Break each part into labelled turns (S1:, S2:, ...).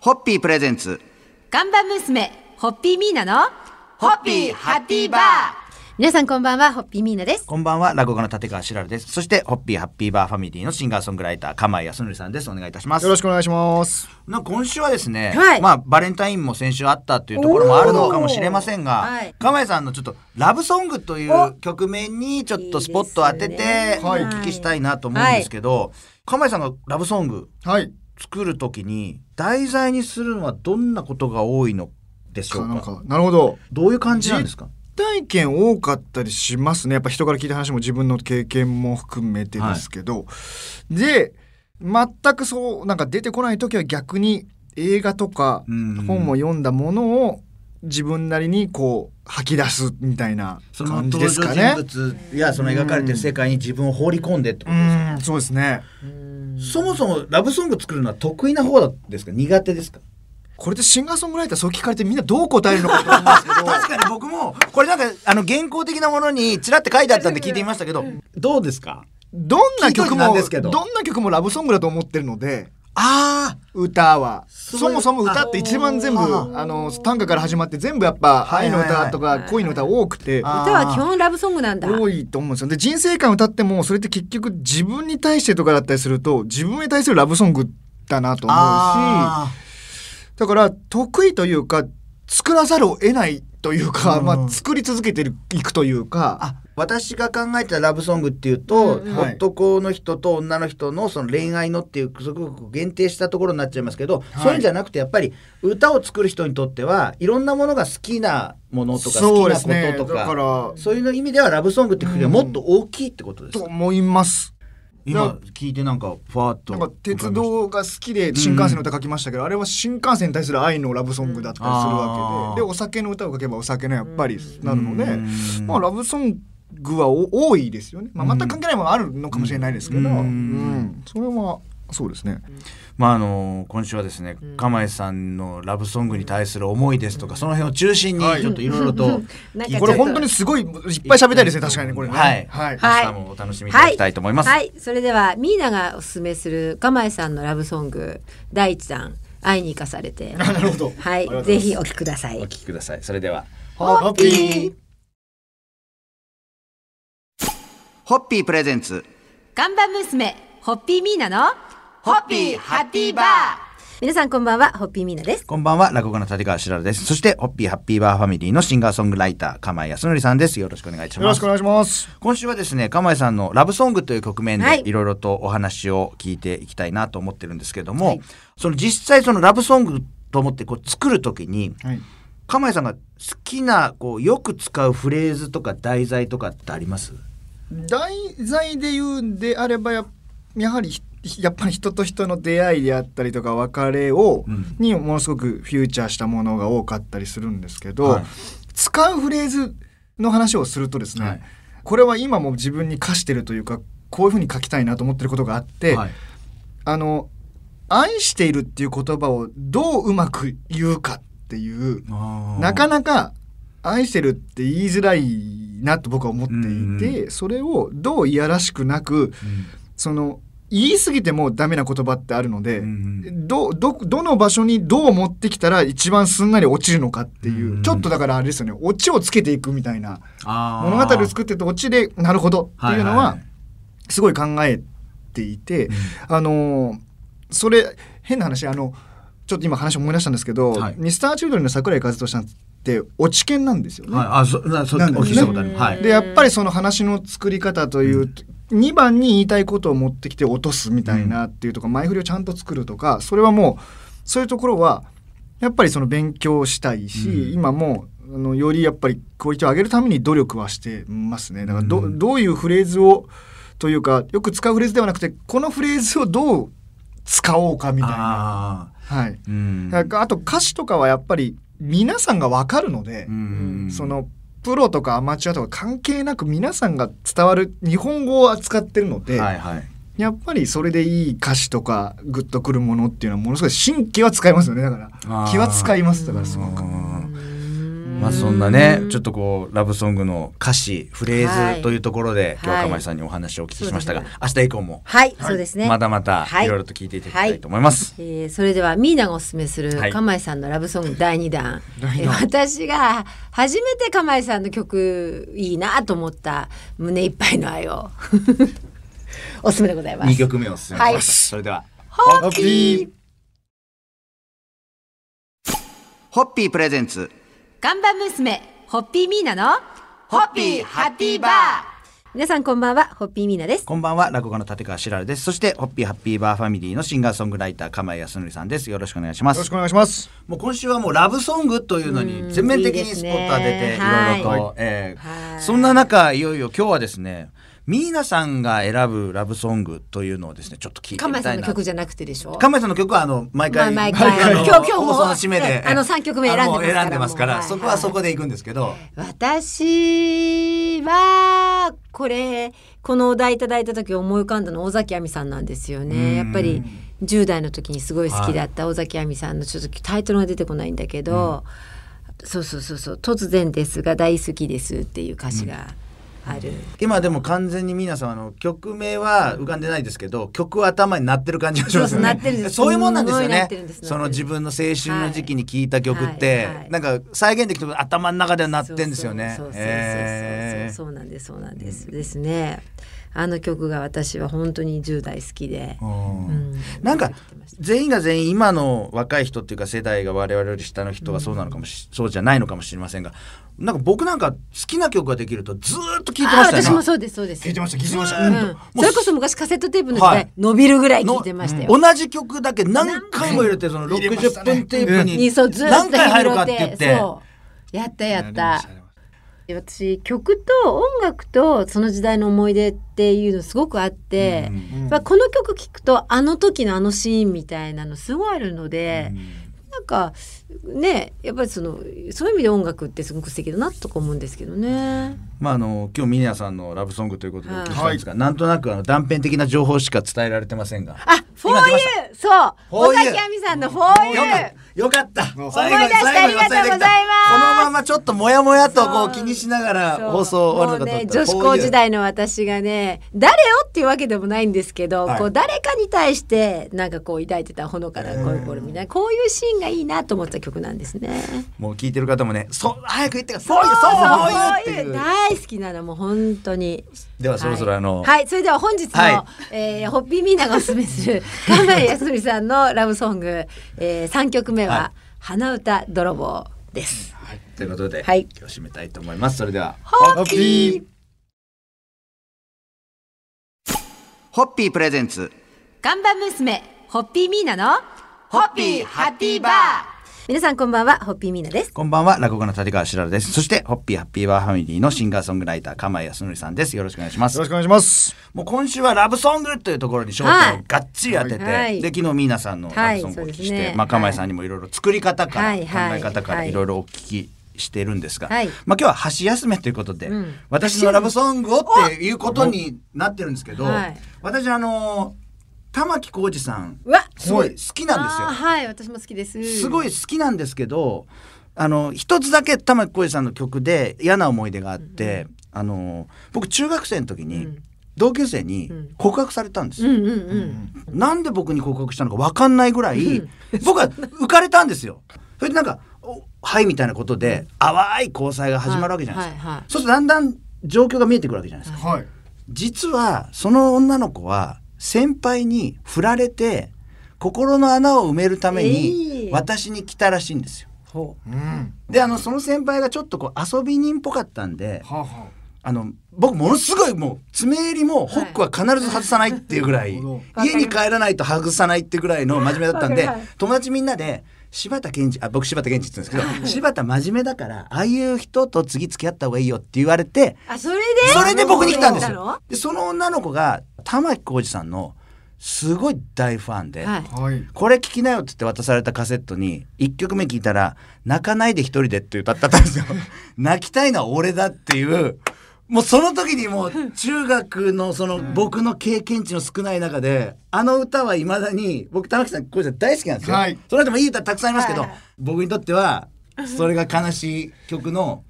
S1: ホッピープレゼンツ。
S2: 看板娘、ホッピーミーナの、
S1: ホッピーハッピーバー
S2: 皆さんこんばんは、ホッピーミーナです。
S1: こんばんは、落語家の立川しらるです。そして、ホッピーハッピーバーファミリーのシンガーソングライター、釜井康則さんです。お願いいたします。
S3: よろしくお願いします。
S1: なんか今週はですね、
S2: はい
S1: まあ、バレンタインも先週あったというところもあるのかもしれませんが、
S2: おーはい
S1: 釜井さんのちょっとラブソングという局面にちょっとスポットを当て
S2: いい
S1: て
S2: ですね
S1: お聞きしたいなと思うんですけど、釜井さんがラブソング
S3: はい。
S1: 作るときに題材にするのはどんなことが多いのでしょう
S3: なん
S1: か
S3: か、なるほど。
S1: どういう感じなんですか
S3: 体験多かったりしますね。やっぱ人から聞いた話も自分の経験も含めてですけど。で、全くそう、なんか出てこない時は逆に映画とか
S1: うん
S3: 本を読んだものを自分なりにこう吐き出すみたいな
S1: その
S3: 感じ
S1: 登
S3: です
S1: 場
S3: か
S1: 人
S3: ね。
S1: 物やその描かれてる世界に自分を放り込んでってこ
S3: う
S1: とですか、
S3: ん、そうですね。
S1: そもそもラブソング作るのは得意な方ですか苦手ですか
S3: これでシンガーソングライターそう聞かれてみんなどう答えるのかと思うんですけど。
S1: 確かに僕もこれなんかあの原稿的なものにちらって書いてあったんで聞いてみましたけどどうですか
S3: どんな 曲
S1: 聞いといてなん
S3: も
S1: ですけど
S3: どんな曲もラブソングだと思ってるので。
S1: あ
S3: 歌は
S1: そ
S3: そうもそも歌って一番全部
S1: あ
S3: あの短歌から始まって全部やっぱ
S1: はい
S3: 愛
S1: はい
S3: の
S1: はい
S3: 歌とか恋の歌多くて
S1: あ
S2: 歌は基本ラブソングなんだ。
S3: 多いと思うんですよで人生観歌ってもそれって結局自分に対してとかだったりすると自分に対するラブソングだなと思う
S1: あ
S3: しだから得意というか作らざるを得ないというか、
S1: うん
S3: まあ、作り続けてるいくというか
S1: あ私が考えてたラブソングっていうと、
S2: うんうん
S3: はい
S1: 男の人と女の人のその恋愛のっていうすごく限定したところになっちゃいますけど、
S3: はい
S1: そういうんじゃなくてやっぱり歌を作る人にとってはいろんなものが好きなものとか好
S3: そう
S1: き
S3: で
S1: な
S3: すね
S1: ことと
S3: だ
S1: か
S3: から
S1: そういうの意味ではラブソングってくくりはもっと大きいってことですか、
S3: と思います。
S1: 今聞いてなんかファーっと
S3: なんか鉄道が好きで新幹線の歌書きましたけど、あれは新幹線に対する愛のラブソングだったりする
S1: あー
S3: わけででお酒の歌を書けばお酒のやっぱりなるので、
S1: うん
S3: まあ、ラブソングはお多いですよね、まあ、
S1: うん
S3: 全く関係ないものあるのかもしれないですけ
S1: う
S3: ど、うんんそれはそうですね。
S1: まああの今週はですね釜井さんのラブソングに対する思いですとかその辺を中心にちょっといろいろ と
S2: なん
S1: いや
S2: か
S3: これ本当にすごいいっぱい喋りたいですね確かにこれね。
S1: はい
S3: はい
S2: は
S1: 明日もお楽しみいただきたいと思います。
S2: はい、それではミーナがおすすめする釜井さんのラブソング第一弾愛に生かされて
S3: なるほど
S2: は
S3: ありがと
S2: い、
S3: うございます
S2: ぜひお聞きください
S1: お聞きください。それでは、
S2: ホッピー
S1: ホッピープレゼンツ。
S2: 看板娘ホッピーミーナの
S1: ホッピーハッピーバー
S2: 皆さんこんばんはホッピーミーナです
S1: こんばんは、落語家の立川しらるです。そして、ホッピーハッピーバーファミリーのシンガーソングライター、釜井康則さんです。よろしくお願いし
S3: よろ
S1: ま
S3: し
S1: す
S3: くお。願いします。
S1: 今週はですね、釜井さんのラブソングという局面
S2: は
S1: で
S2: い
S1: いろいろとお話を聞いていきたいなと思ってるんですけども、その実際そのラブソングと思ってこう作るときに、
S3: はい、
S1: 釜井さんが好きなこうよく使うフレーズとか題材とかってあります
S3: 題材で言うんであればややはりひやっぱり人と人の出会いであったりとか別れを、
S1: うん
S3: にものすごくフューチャーしたものが多かったりするんですけど、
S1: はい
S3: 使うフレーズの話をするとですね、
S1: はい
S3: これは今も自分に課してるというかこういうふうに書きたいなと思ってることがあって、
S1: はい
S3: あの愛しているっていう言葉をどううまく言うかっていうなかなか愛してるって言いづらいなと僕は思っていて、
S1: うん
S3: それをどういやらしくなくその言い過ぎてもダメな言葉ってあるので、
S1: うん
S3: どどどの場所にどう持ってきたら一番すんなり落ちるのかっていう、
S1: うん
S3: ちょっとだからあれですよねオチをつけていくみたいな物
S1: 物
S3: 語を作っててオチでなるほどっていうのはすごい考えていて、あのーそれ変な話あのちょっと今話思い出したんですけど、
S1: はい
S3: ミスターチルドレンの桜井和人さんって落ち研なんですよね。
S1: はい、あ、そ、な、そ、お
S3: なんです
S1: 聞
S3: ね
S1: きしたことあります。はい。
S3: でやっぱりその話の作り方という、2番に言いたいことを持ってきて落とすみたいなっていうとか、前振りをちゃんと作るとかそれはもうそういうところはやっぱりその勉強したいし、
S1: うん
S3: 今もあのよりやっぱりクオリティを上げるために努力はしてますねだからど,、
S1: うん
S3: どういうフレーズをというかよく使うフレーズではなくてこのフレーズをどう使おうかみたいな。
S1: ああ。
S3: はい、
S1: うん
S3: だからあと歌詞とかはやっぱり皆さんが分かるので。
S1: うん
S3: そ、のプロとかアマチュアとか関係なく皆さんが伝わる日本語を扱ってるので、
S1: はい、はい。
S3: やっぱりそれでいい歌詞とかグッとくるものっていうのはものすごい神経は使いますよねだから
S1: あー
S3: 気は使いますだからすごく。
S1: うんまあそんなねちょっとこうラブソングの歌詞フレーズというところで、
S2: はい
S1: 今日は釜井さんにお話をお聞きしましたが、
S2: はい
S1: 明日以降も
S2: はい、そうですね。
S1: まだまた
S2: はい
S1: いろいろと聞いていただきたいと思います。
S2: えーそれではミーナがおすすめする
S1: はい
S2: 釜井さんのラブソング第2弾、えー私が初めて釜井さんの曲いいなと思った胸いっぱいの愛を おすすめでございま
S1: 二
S2: す。
S1: 曲目を進め
S2: は
S1: ま
S2: い
S1: す。それでは
S3: ホッピー
S1: ホッピープレゼンツ
S2: 看板娘、ホッピーミーナの、
S1: ホッピーハッピーバー
S2: 皆さんこんばんは、ホッピーミーナです。
S1: こんばんは、落語家の立川しらるです。そして、ホッピーハッピーバーファミリーのシンガーソングライター、釜井康則さんです。よろしくお願いしま
S3: よろ
S1: す
S3: しく。お願いします。
S1: もう今週はもうラブソングというのに全面的にスポットを当て
S2: いいで
S1: て、い
S2: す
S1: ろ
S2: ね
S1: いろと
S2: はい、
S1: え
S2: は
S1: ー
S2: い
S1: そんな中、いよいよ今日はですね、ミーナさんが選ぶラブソングというのをですね、ちょっと聞いて
S2: 釜井
S1: み
S2: さ
S1: たい
S2: んの
S1: な。
S2: 曲じゃなくてでしょ
S1: 亀井さんの曲はあの毎回、
S2: まあ毎回
S1: あの
S2: 今日今日も
S1: 放送の締めで
S2: ね、あの三曲目選んでます
S1: あの
S2: から
S1: 選んでますから、
S2: もうはい
S1: そこはそこで行くんですけど、
S2: 私はこれこのお題いただいた時思い浮かんだの尾崎亜美さんなんですよねやっぱり10代の時にすごい好きだった尾崎亜美さんのちょっとタイトルが出てこないんだけど、そうそうそうそう「突然ですが大好きです」っていう歌詞がある、
S1: 今でも完全に皆さんあの曲名は浮かんでないですけど、曲は頭になってる感じがしますよね。
S2: そうそう鳴ってるんです
S1: そういうもんなんですよ
S2: すごい鳴っ
S1: ね
S2: てるんです。
S1: その自分の青春の時期に聞いた曲って、
S2: はいはい
S1: なんか再現できると頭の中ではなってんですよね。
S2: そうそうそうそう
S1: え
S2: そうそうそうなんですそうなんです、ですね。あの曲が私は本当に10代好きで、
S1: ーうん
S2: うん
S1: なんか全員が全員今の若い人っていうか世代が我々より下の人はそうなのかもし、そうじゃないのかもしれませんがなんか僕なんか好きな曲ができるとずーっと聴いてました
S2: あ
S1: よね。
S2: 私もそうですそうです。
S3: 聞いてました、聞いてました。
S2: う
S1: うんん
S2: それこそ昔カセットテープの時代、
S1: はい
S2: 伸びるぐらい聞いてましたよ。
S1: 同じ曲だけ何回も入れてその
S3: 入れまし
S1: 60
S3: たね
S1: 分テープに
S2: にそうずっと
S1: 何回入るか
S2: 広
S1: って言
S2: げ、
S1: ってて
S2: そうやったやっ
S3: やりま
S2: た
S3: し。やりまし
S2: 私曲と音楽とその時代の思い出っていうのすごくあって、
S1: うん
S3: うん
S2: まあこの曲聴くとあの時のあのシーンみたいなのすごいあるので、なんかねやっぱりそのそういう意味で音楽ってすごく素敵だなとか思うんですけどね。
S1: まああの今日ミニアさんのラブソングということでお聞きした
S3: はい
S1: んですが、なんとなくあの断片的な情報しか伝えられてませんが
S2: あ、フォーユー、そう、尾
S1: For You
S2: 崎亜美さんのフォーユ
S1: よかった。
S2: ー
S1: よかった
S3: 思い出
S1: 最後に
S2: して
S1: 最後に
S2: ありがとうご
S1: 忘れ
S2: ざいます
S1: てきたこのままちょっともやもやとこう気にしなが
S2: そう
S1: ら放送終わるのかと
S2: もう
S1: 思
S2: ね
S1: った
S2: 女
S1: ら
S2: 子
S1: こう
S2: 高
S1: いう
S2: 時代の私がね誰をっていうわけでもないんですけど、
S1: はい
S2: こう誰かに対してなんかこう抱いてたほのかな恋心みたいなこういうシーンがいいなと思った曲なんですね。
S1: もう聞いてる方もねそう早く言ってくださいそういうそういうって
S2: そう
S1: いう
S2: 大好きなのもう本当に。
S1: ではそろそろあの、
S2: はい、はいそれでは本日の、
S1: はい
S2: えーホッピーミーナがおすすめす る神井康則さんのラブソング、えー、3曲目は、
S1: はい
S2: 花歌泥棒です。
S1: はいということで、
S2: はい
S1: 今日締めたいと思いますそれでは
S3: ホッピー
S1: ホッピープレゼンツ
S2: 看板娘ホッピーミーナの
S1: ホッピーハッピーバー
S2: 皆さんこんばんはホッピーミーナです
S1: こんばんは、落語家の立川しらるです。そして、ホッピーハッピーバーファミリーのシンガーソングライター、釜井康則さんです。よろしくお願いします
S3: よろ。しくお願いします。
S1: もう今週はラブソングというところに焦点をがっちり当てて、
S2: はい
S1: で、昨日ミーナさんのラブソングをお聞きして、
S2: はいそうですね
S1: まあ、釜井さんにもいろいろ作り方から、
S2: はいはい
S1: 考え方か
S2: は
S1: ら
S2: い
S1: いろいろお聞きしてるんですが、
S2: はい
S1: まあ今日は箸休めということで、
S2: うん
S1: 私のラブソングをっていうことになってるんですけど、
S2: はい
S1: 私あの、玉置浩二さん、
S2: うわ
S1: すごい好きなんですよ
S2: あー。はい私も好きです
S1: すごい好きなんですけど、あの一つだけ玉置浩二さんの曲で嫌な思い出があって、あの僕中学生の時に、
S2: うん
S1: 同級生に
S2: うん
S1: 告白されたんです
S2: う
S1: よ、
S2: んうんうん
S1: なんで僕に告白したのか分かんないぐらい、
S2: うん
S1: 僕は浮かれたんですよ。それでなんか「おはい」みたいなことで淡い交際が始まるわけじゃないですか。
S2: はいはいはい
S1: そうするとだんだん状況が見えてくるわけじゃないですか。
S3: はい。
S1: 実はその女の子は先輩に振られて心の穴を埋めるため
S2: え
S1: に
S2: え
S1: 私に来たらしいんですよ。
S3: うん。
S1: であのその先輩がちょっとこう遊び人っぽかったんで
S3: はあは
S1: あの僕ものすごいもう爪襟もホックは必ず外さないっていうぐらい、
S3: なるほ
S2: ど
S1: 家に帰らないと外さないってぐらいの真面目だったんで
S2: わかるわ
S1: 友達みんなで柴田健二あ僕柴田健二って言うんですけど柴田真面目だからああいう人と次付き合った方がいいよって言われて
S2: あそれで
S1: それで僕に来たんです
S2: 来の
S1: よ。でその女の子が玉置浩二さんのすごい大ファンで、
S2: はい
S3: あ。はい。
S1: これ聞きなよって言って渡されたカセットに1曲目聞いたら「泣かないで一人で」って歌ってたんですよ。泣きたいのは俺だっていうもうその時にもう中学のその僕の経験値の少ない中であの歌はいまだに僕玉木さんこれ大好きなんですよ。
S3: はい
S1: その後もいい歌たくさんありますけど、
S2: はい
S1: 僕にとってはそれが悲しい曲の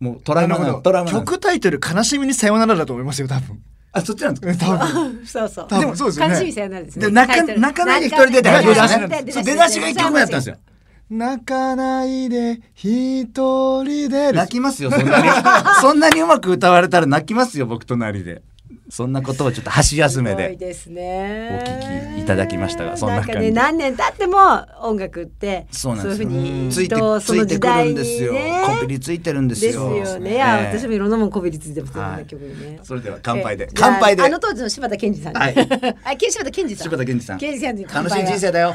S1: もうトラウマ
S3: な
S1: な
S3: る
S1: の
S3: ほ
S1: トラウマ
S3: ど
S1: なの
S3: 曲タイトル「悲しみにさよなら」だと思いますよ多分
S1: あそっちなんですか
S3: 多 分
S2: そうそう。
S3: 多分そうですよね
S2: 悲しみさよならですね。
S1: で泣か
S2: タイトル
S1: 泣かないで一人でって
S3: 泣か
S1: 話
S3: ない
S1: で
S3: で
S1: したねそう出だしが一曲目だったんですよ。
S3: 泣かないで一人で
S1: 泣き ますよそんなにそんなにうまく歌われたら泣きますよ僕隣でそんなことをちょっと箸休め
S2: すごい
S1: で
S2: ですね。
S1: お聞きいただきましたがそんな感じ
S2: んかね何年経っても音楽って
S1: そうなんです
S2: い
S1: よ
S2: うふうに
S1: ついて
S2: 人を
S1: ついてくるんですよ
S2: その時代にね
S1: こびりついてるんです
S2: です
S1: よ
S2: よね。いや
S1: ええ
S2: 私もいろんなもんこびりついてますよ
S1: はい
S2: ね曲にね。
S1: それでは乾杯で
S2: ええ
S1: 乾杯で
S2: あの当時の柴田健二さんに。
S1: はい
S2: あけ柴田健二さん。
S1: 柴田健二さん
S2: 健二さんに乾
S1: 楽し
S2: 杯
S1: い
S2: は
S1: 人生 だよ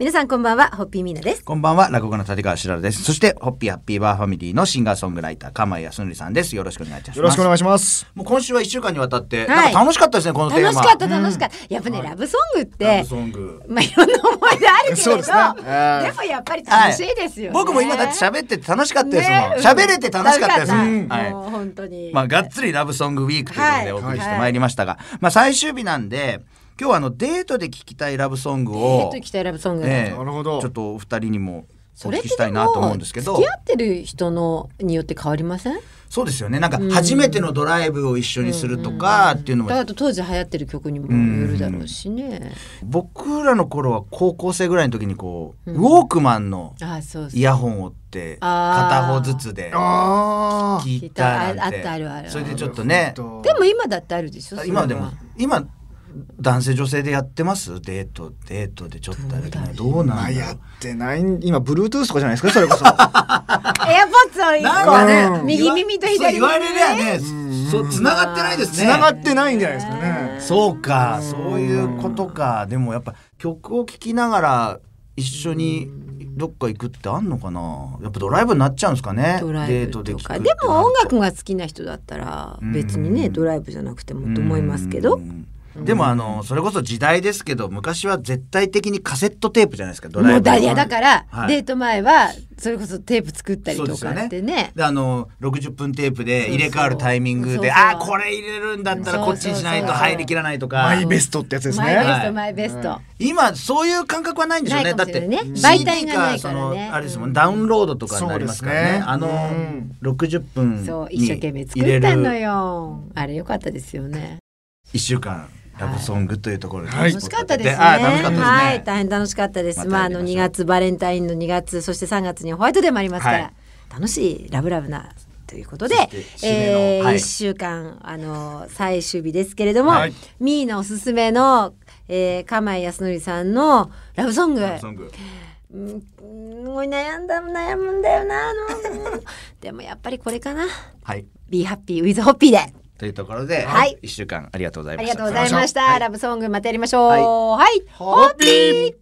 S2: 皆さんこんばんはホッピーミーナです
S1: こんばんは落語家の立川しららですそしてホッピーハッピーバーファミリーのシンガーソングライター鎌井康則さんですよろしくお願いいたします
S3: よろしくお願いします
S1: もう今週は一週間にわたって、
S2: い
S1: なんか楽しかったですねこのテーマ
S2: 楽しかった楽しかった、やっぱね、ラブソングって
S1: ラブソング
S2: まあいろんな思い出あるけ
S3: そう
S2: れど
S3: ですねはい
S2: でもやっぱり楽しいですよね、
S1: 僕も今だって喋ってて楽しかったですもん
S2: ね
S1: 喋、れて楽しかったですもん
S2: 楽しかった
S1: はい
S2: もう本当に、
S1: まあ、がっつりラブソングウィークということで
S2: はい
S1: お送りしてまいりましたが、まあ、最終日なんで今日はあのデートで聴きたいラブソング
S2: えっ
S1: を
S2: と、きたいラブソング、
S1: ええ
S3: なるほど
S1: ちょっとお二人にもお
S2: それ
S1: 聞
S2: って
S1: き
S2: で
S1: し
S2: も
S1: たいなと思うんですけど
S2: 付き合ってる人のによって変わりません
S1: そうですよねなんか初めてのドライブを一緒にするとかっていうの
S2: だ
S1: も、
S2: からあと当時流行ってる曲にもよるだろうしね、
S1: 僕らの頃は高校生ぐらいの時にこう、ウォークマンの
S2: ああそうそう
S1: イヤホンをって
S2: あー
S1: 片方ずつで
S3: あ
S1: 聞いたなんて
S2: 聞いたああったあるある
S1: それで
S3: あ
S1: ちょっとね
S2: でも今だってあるでしょそれは
S1: 今でも今男性女性でやってますデートデートでちょっとあれだなどう
S3: ま
S1: な
S3: あ
S1: んだ
S3: や
S1: ろう
S3: ってない今 Bluetooth とかじゃないですかそれ こ そ
S2: エアポッツを一
S1: なん
S2: 個
S1: かね
S3: うん
S2: 右耳と左
S1: そう言わ
S2: 耳
S1: れりゃねそう繋がってないですね
S3: 繋がってないんじゃないですかね
S1: そうかそういうことかでもやっぱ曲を聴きながら一緒にどっか行くってあんのかなやっぱドライブになっちゃうんですかね
S2: ドラ
S1: デ
S2: イ
S1: ート
S2: ブ
S1: で
S2: と
S1: 聴くっ
S2: か
S1: て
S2: で
S1: なると
S2: も音楽が好きな人だったら別にね
S1: うん
S2: ドライブじゃなくてもと思いますけど
S1: うんでもあのそれこそ時代ですけど昔は絶対的にカセットテープじゃないですかドライ
S2: も
S1: ブ
S2: うダイヤだから
S1: はい
S2: デート前はそれこそテープ作ったり
S1: そうで
S2: と
S1: すよ
S2: か
S1: ね
S2: ってね
S1: であの60分テープで入れ替わるタイミングで
S2: そうそう
S1: あーこれ入れるんだったら
S2: そう
S1: こ
S2: そう
S1: っちにしないと入りきらないとか
S3: マイベストってやつです
S2: マイベス
S3: ね
S1: はい
S2: トマイベスト
S1: 今そういう感覚はないんでしょうね
S2: ない
S1: だ
S2: か
S1: っ
S2: もしてれないね媒
S1: CD
S2: 体がな
S1: か
S2: い
S1: そ
S2: からね
S1: のあれですもん、
S2: うん
S1: ダウンロードとかになりますからね
S3: そうですね
S1: あの
S3: うん
S1: 60分に
S2: そう一生懸命作
S1: 入れ
S2: ったの
S1: る
S2: よあれ良かったですよね
S1: 1週間ラブソングというところで、
S3: はい
S2: 楽しかったですね。
S1: あー楽しかったですね、
S2: はい、大変楽しかったです。
S1: ま
S2: ま
S1: た
S2: あ
S1: や
S2: あ
S1: りましょう
S2: の2月バレンタインの2月、そして3月にはホワイトデーもありますから、
S1: はい
S2: 楽しいラブラブなということで
S1: そして、締めの
S2: えー
S1: はい
S2: 1週間あの最終日ですけれども、
S1: はい
S2: ミーのおすすめの、えー、釜井康則さんのラブソング。
S1: ラブソング
S2: うんもう悩んだ悩むんだよなあの うんでもやっぱりこれかな
S1: はい
S2: 「Be Happy with Hoppy」で
S1: というところで、
S2: はい
S1: 1週間ありがとうござい
S2: あ
S1: ま
S2: り
S1: し
S2: が
S1: た
S2: とうございました、ラブソングまたやりましょ
S1: は
S2: う
S1: い
S2: はい、ホッピー